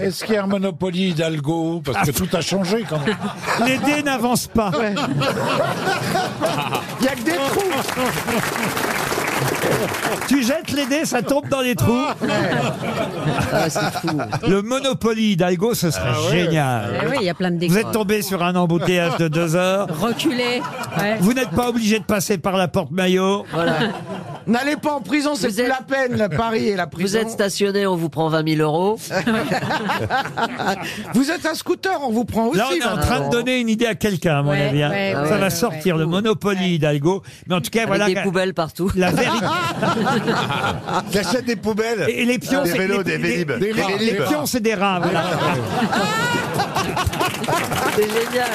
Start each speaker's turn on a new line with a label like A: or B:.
A: Est-ce qu'il y a un Monopoly Hidalgo Parce que tout a changé quand même.
B: Les dés n'avancent pas.
C: Il y a que des trous.
B: Tu jettes les dés, ça tombe dans les trous. Le Monopoly Hidalgo, ce serait génial.
D: Eh oui, il y a plein de décors.
B: Vous êtes tombé sur un embouteillage de deux heures.
D: Reculé. ouais.
B: Vous n'êtes pas obligé de passer par la porte maillot.
C: N'allez pas en prison, c'est
E: Vous
C: plus
E: êtes-
C: la peine. la Paris et la prison.
E: Vous êtes stationné, on vous prend 20 000 euros.
C: Vous êtes un scooter, on vous prend aussi.
B: Là, on est en
C: maintenant.
B: train de donner une idée à quelqu'un, à mon
D: Ouais,
B: avis. hein.
D: ouais,
B: ça
E: ouais,
B: va
D: ouais,
B: sortir le Monopoly Hidalgo. Mais en tout cas,
E: Avec
B: voilà.
E: des
B: la-
E: poubelles partout.
B: La vérité.
F: J'achète des poubelles.
B: Et les pions,
F: Des
B: c'est-
F: vélos,
B: les-
F: des Vélib.
B: les-
F: Des
B: les-
F: Vélib.
B: les pions, c'est des rats. voilà.
E: C'est génial.